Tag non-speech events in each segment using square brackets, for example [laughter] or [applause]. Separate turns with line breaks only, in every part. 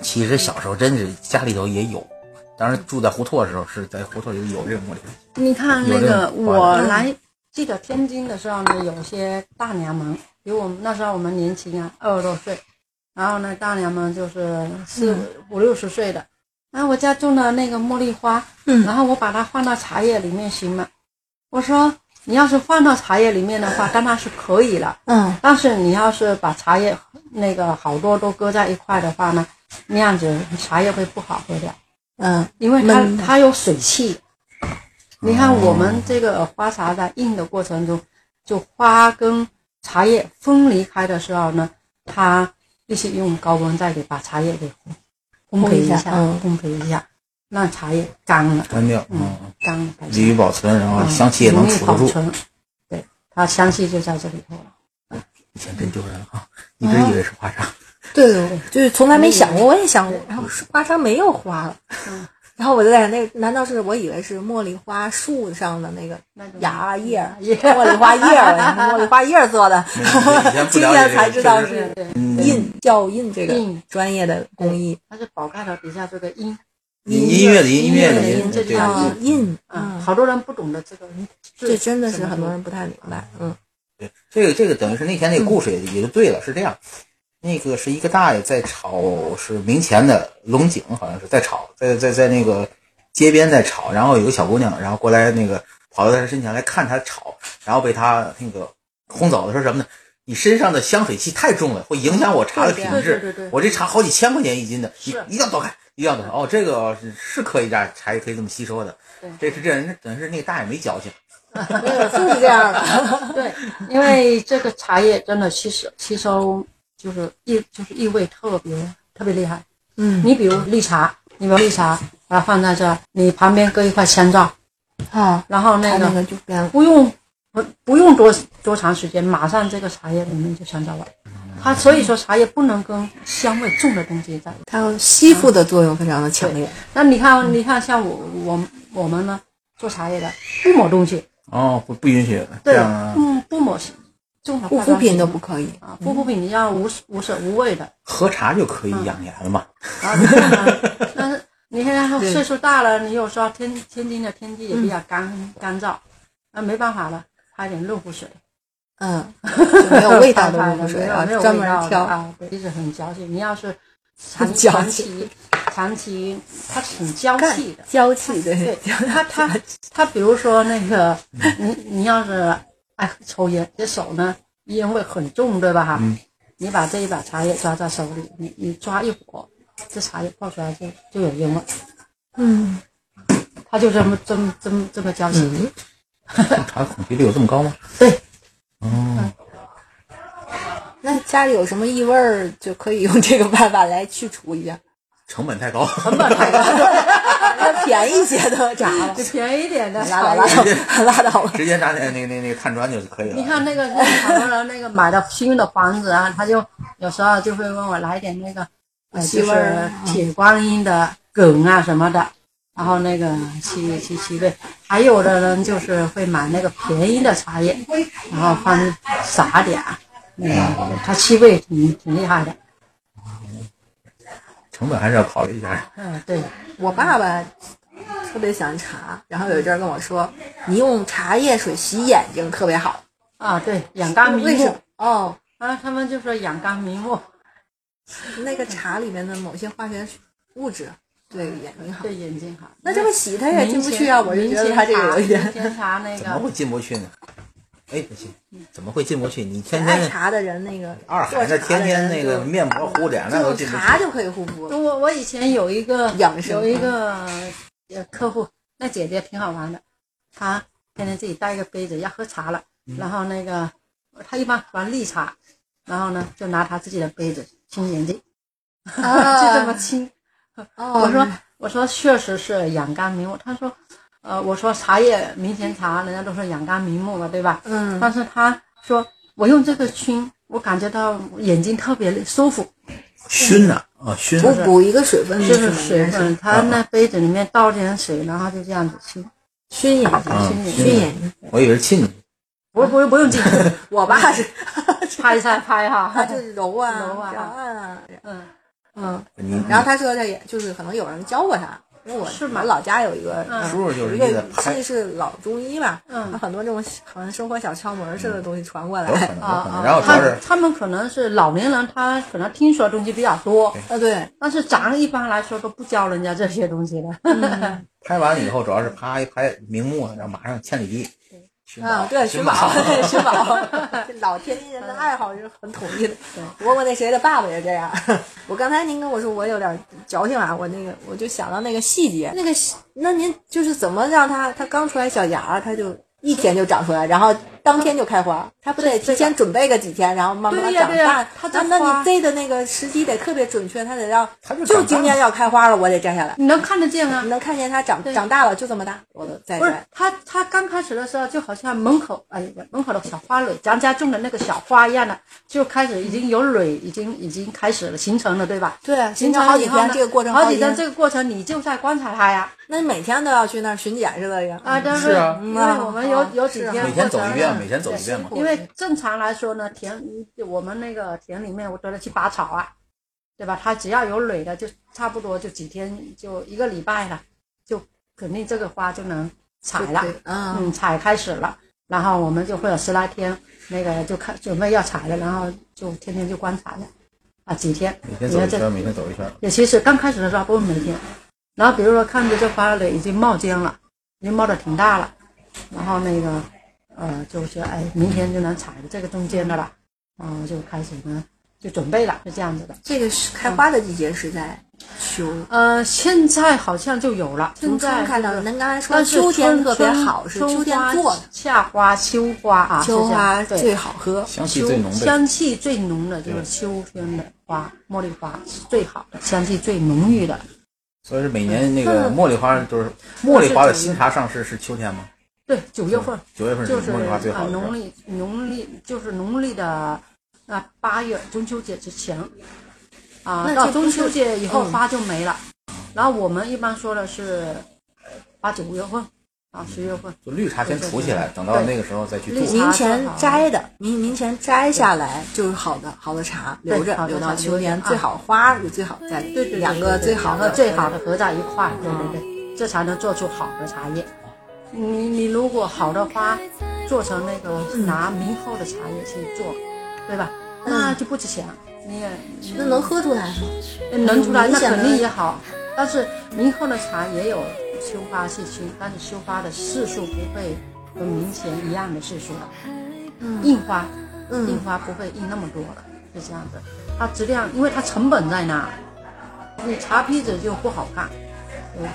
其实小时候真是家里头也有，当时住在胡同的时候是在胡同里有这种茉莉花。
你看那
有这
个，
种花
我
的
来记得天津的时候呢，有些大娘们，比我们那时候我们年轻啊，二十多岁，然后呢，大娘们就是四五六十岁的，然后我家种的那个茉莉花，
嗯
然后我把它放到茶叶里面行吗？我说你要是放到茶叶里面的话，当然是可以了，
嗯，
但是你要是把茶叶那个好多都搁在一块的话呢，那样子茶叶会不好喝掉。
嗯，
因为它
闷的
它有水汽。你看我们这个花茶在印的过程中，就花跟茶叶分离开的时候呢，它必须用高温再给把茶叶给烘烘
烘
焙
一
一
下
下，
嗯
烘焙一下，让茶叶干了，
干掉，
嗯
嗯，
干了才
利
行。
于保存，然后
嗯
啊香气也能
容易
储
保
得住。
存。对，它香气就在这里头了。
以前真丢人啊，一直以为是花茶。
对的，就是从来没想过，我也想过
对，
然后是花茶没有花了
嗯，
然后我就在想那个，难道是我以为是茉莉花树上的那个
那种
芽叶儿？
叶
茉莉花叶儿，我想是茉莉花叶儿做
[laughs]
的
没有以前，不
今
了解这个
天才知道
确实
是
对对，
印叫印这个
印
专业的工艺，
它是宝盖头底下这个音
音乐的嗯音
嗯音
乐
乐
的
的
音
音这
对
叫
对
啊
印
印
啊，
啊，
好多人不懂得这个字，
这真的是
怎么
很
读
多人不太明白，
[laughs]
嗯
这个这个等于是那天那个故事也也就对了，是这样。那个是一个大爷在炒，是明前的龙井，好像是在炒，在在在那个街边在炒，然后有个小姑娘，然后过来那个跑到他身前来看他炒，然后被他那个轰走了，说什么呢？你身上的香水气太重了，会影响我茶的品
对
质。
对
对对对
我这茶好几千块钱一斤的，你
是
一定要倒开，一定要倒开。哦，这个是是可以这样，茶叶可以这么吸收的。
对
这是这人等于是那个大爷没矫情。
嗯，就是这样的，
对，因为这个茶叶真的吸收吸收就是异就是异味特别特别厉害。
[laughs] 嗯
你比如绿茶，你把绿茶把它放在这儿，你旁边搁一块香皂，
啊，
然后那
它那
个
个就变了，
不用不不用多多长时间，马上这个茶叶里面就香皂味。它所以说茶叶不能跟香味重的东西在。
它有吸附的作用非常的强烈，
那你看你看像我我我们呢做茶叶的不抹东西，
哦，不不允许这
对
样
吧
啊？。
嗯，不抹重的
护
化
肤
妆
品都不可以，
啊，护肤品你要无无色无味的。
喝茶就可以
嗯
养颜了嘛？
然后
[laughs]
当然，但是啊你现在岁数大了，你有时候天天津的天气也比较干、干燥，那没办法了，拍点润肤水，
嗯，就没有味道的润肤水
没有
啊，
[laughs] 没有
专
味道
门
的
挑。
啊，对一直很矫情。你
[laughs]
要是长
很矫
长
情
期长期，它挺娇
干
气的。啊
娇气， [laughs]
对，它它它，比如说那个，你你要是爱抽烟，这手呢烟味很重，对吧？哈、你把这一把茶叶抓在手里，你你抓一火，这茶叶泡出来就就有烟味，
嗯，
它就这么这么这么这么娇气。
茶恐惧率有这么高吗？
对，
那家里有什么异味儿，就可以用这个办法来去除一下， [laughs]
成本太高。
那便宜些的炸了，
就便宜一点的
拉
茶
倒
叶
拉。倒拉倒吧。
直接拿那那那那碳砖就可以了。
你看那个好多人那个买的新的房子啊，他就有时候就会问我来点那个，呃，
气
就
味儿啊
是铁观音的梗啊什么的，然后那个七七七味，还有的人就是会买那个便宜的茶叶，然后放撒点儿，那个它气味挺挺厉害的。
成本还是要考虑一下。
嗯，对，
我爸爸特别喜欢茶，然后有一阵儿跟我说，你用茶叶水洗眼睛特别好。
啊对，养肝明
为什
目
么？哦，
啊，他们就说养肝明目，
那个茶里面的某些化学物质对眼睛好。
对眼睛好。
那这么洗它也进不去啊，我就觉得它这个有一
明
点。
前茶那
怎么
个
会进不去呢？哎，不行，怎么会进不去？你天
爱嗯
天
茶的人那个
二
做
孩子
茶
天
的
天
人
那个
就
面膜糊脸，那都
用
进不去。
茶就可以护肤了。
我我以前有一个
养生
有一个呃客户，那姐姐挺好玩的，她天天自己带一个杯子要喝茶了，然后那个她一般玩绿茶，然后呢就拿她自己的杯子清眼睛，就这
啊
么轻。
哦
我说我说确实是养肝明目，他说，呃，我说茶叶明前茶，人家都说养肝明目嘛，对吧？
嗯
但是他说我用这个熏，我感觉到眼睛特别舒服，
熏呐啊熏
补补一个水分
就
吗
嗯是水
嗯
分，他那杯子里面倒点水，然后就这样子熏，
熏眼睛，
啊
熏眼
熏眼睛。
我以为是沁
不不不用进去，
[laughs] 我吧是，
拍一下拍
他 [laughs]
哈，
就是嗯揉啊，
揉啊
揉啊，
嗯，
嗯。
你，
然后他说他也就是可能有人教过他，因为我
是吗
我老家有一个
嗯
叔叔就是
一
那个
个
拍
记是老中医吧，
嗯
他很多这种好像生活小窍门似
嗯
的东西传过来
有可能有可，
啊
能，然后主
他
要是
他们可能是老年人，他可能听说的东西比较多，
啊对，
但是咱一般来说都不教人家这些东西的。 [laughs]
嗯
拍完了以后，主要是啪一拍明目，然后马上千里一寻
啊
宝，
对，
寻
寻宝，
[laughs]
寻宝，这老天津人的爱好是很统
嗯
一的。不过我那谁的爸爸也这样。 [laughs] 我刚才您跟我说我有点矫情啊，我那个我就想到那个细节，那个细那您就是怎么让他他刚出来小芽儿，他就一天就长出来，然后当天就开花，他不得提前准备个几天，然后慢慢
对呀
长
对呀
大。
他这
那那
花
你逮的那个时机得特别准确，他得让
他就
就
长大
今天要开花了，我得摘下来。
你能看得见啊
你？能看见它长
对
长大了就这么大，我的再
不是
摘。
他，他刚开始的时候就好像门口，哎，门口的小花蕊，咱家种的那个小花一样的，就开始已经有蕊，已经已经开始了形成了，对吧？
对，
形
形
成
成好
以
几
后
天，
呢
这个过程
好
几
几天，
天，
这个过程你就在观察它呀。
那你每天都要去那儿巡检似的呀？
啊，但
是啊
因为我们有
嗯
有几天
是啊
[laughs] 每天走一遍，
过程
每天走一遍嘛。
对
因为正常来说呢，田我们那个田里面，我都得去拔草啊，对吧？它只要有蕊啊的，就差不啊多就几天，啊就一个礼拜了，就肯定这个花就能采
对
了。
对嗯，
嗯，采开始了，然后我们就会有十来天，那个就开准备要采了，然后就天天就观察了，啊，几天，
每天走一圈，每天走一圈，
也其实刚开始的时候不是每天，然后比如说看着这花蕾已经冒尖了，已经冒的挺大了，然后那个呃就是哎，明天就能采这个中间的了，然后就开始呢就准备了，是这样子的。
这个是开花的季节是在秋，
呃，现在好像就有了，现
从春
在
看到的。您刚才说
但是
秋天
春
特别
春
好，是
春
秋天
花
做的，
夏花、秋花啊，
秋
是这样
花
对
最好喝。
香气
秋
最浓的。
香气最浓的就是秋天的花，茉莉花是最好的，香气最浓郁的。
所以是每年那
嗯
个茉莉花就是茉莉花的新茶上市是秋天吗？嗯
对，九月嗯份
九月份是
就是
茉莉花最
啊
好，的时
农
候。
历农历就是农历的啊八月中秋节之前啊，
那
到
这不
中
是
秋节以后
嗯
花就没了。然后我们一般说的是八九月份啊，十月份。
就绿茶先储起来，等到那个时候再去做。
绿茶
您
最
前
好
摘的，您您前摘下来就是好的好的茶，
对
留着
好的
留
茶
到
留
秋
着
天
啊
最好花也最好在里，
对对对，啊
两个最好的
最好的合在一块，对对对，这才能做出好的茶叶。你你如果好的花做成那个拿明后的茶叶去做，对吧？那就不值钱，你也
那能喝出来吗？
嗯能出来，
明
那
显的
肯定也好。但是明后的茶也有修花细熏，但是修花的次数不会和明前一样的次数了。
嗯
印花，印花不会印那么多了，是这样子。它质量，因为它成本在那，你茶坯子就不好看，对吧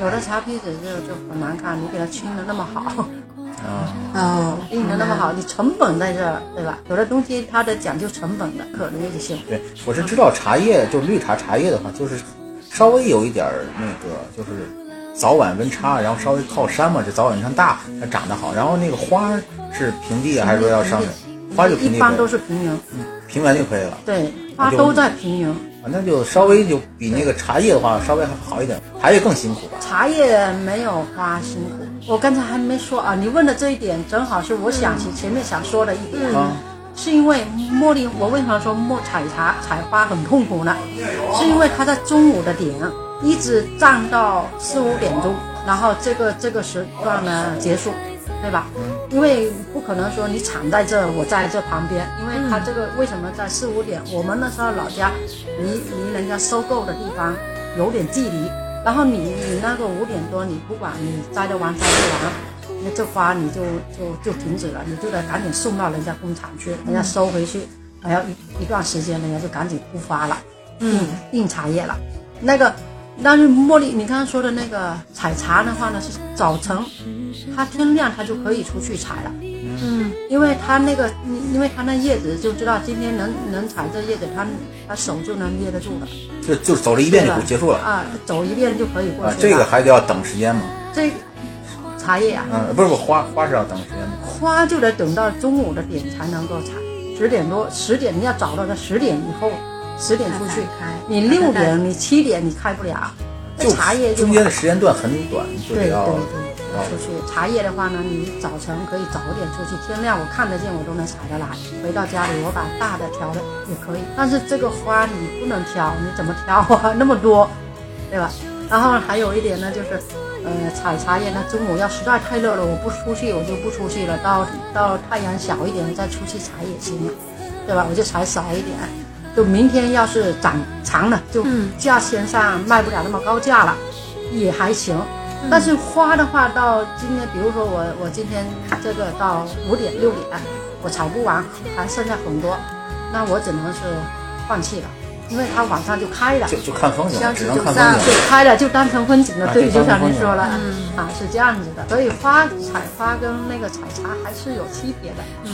有的茶坯子就就很难看，你给它熏的那么好， [laughs]
啊，
哦，
印的那么好，你成本在这儿，对吧？有的东西它得讲究成本的，可能一些。
对，我是知道茶叶就是绿茶茶叶的话，就是稍微有一点儿那个就是早晚温差，然后稍微靠山嘛，这早晚温差大，它长得好。然后那个花儿是平地啊，还是说要上面？花就平
嗯一
地
般
可
都
以，
是平原，
平原就可以了。
对，花都在平原。
反正就稍微就比那个茶叶的话稍微还好一点，茶叶更辛苦吧。
茶叶没有花辛苦，我刚才还没说啊，你问的这一点正好是我想起前面想说的一点。
啊，
是因为茉莉，我为什么说茉采茶采花很痛苦呢？是因为它在中午的点一直站到四五点钟，然后这个这个时段呢结束，对吧？因为不可能说你产在这，我在这旁边，因为它这个为什么在四五点？我们那时候老家离离人家收购的地方有点距离，然后你你那个五点多，你不管你摘得完摘不完。那这花你就就就停止了，你就得赶紧送到人家工厂去，人
嗯
家收回去，还要一一段时间，人家就赶紧复发了，
嗯，
印茶叶了。那个，但是茉莉，你刚刚说的那个采茶的话呢，是早晨，它天亮它就可以出去采了，嗯，因为它那个，因因为它那叶子就知道今天能能采这叶子，它它手就能捏得住了
就就是走了一遍就
对吧
结束了
啊，走一遍就可以过
啊
去了。。
这个还得要等时间嘛，
这个茶叶啊，
嗯，不是不是花花是要等时间的，
花就得等到中午的点才能够采，十点多十点你要找到它，十点以后，十点出去
才开
你六点你七点你开不了，那茶叶
就
就
中间的时间段很短，就
对
得
对
要啊
对，要出去茶叶的话呢，你早晨可以早点出去，天亮我看得见，我都能采得来。回到家里，我把大的挑的也可以，但是这个花你不能挑，你怎么挑啊？ [laughs] 那么多，对吧？然后还有一点呢，就是，呃，采茶叶那中午要实在太热了，我不出去我就不出去了，到到太阳小一点再出去采也行了，对吧？我就采少一点。就明天要是涨长了，就
嗯
价钱上卖不了那么高价了，也还行。
嗯
但是花的话，到今天，比如说我我今天这个到五点六点，我采不完，还剩下很多，那我只能是放弃了，因为它晚上就开了，啊
就就看风景
相，
只
知
能
就
看
散
风
了
景。
就开了就当成风景了。
啊
对，
就
就
当成
像
风
您
景
说了，
嗯
啊是这样子的，所以花采花跟那个采茶还是有区别的。
嗯，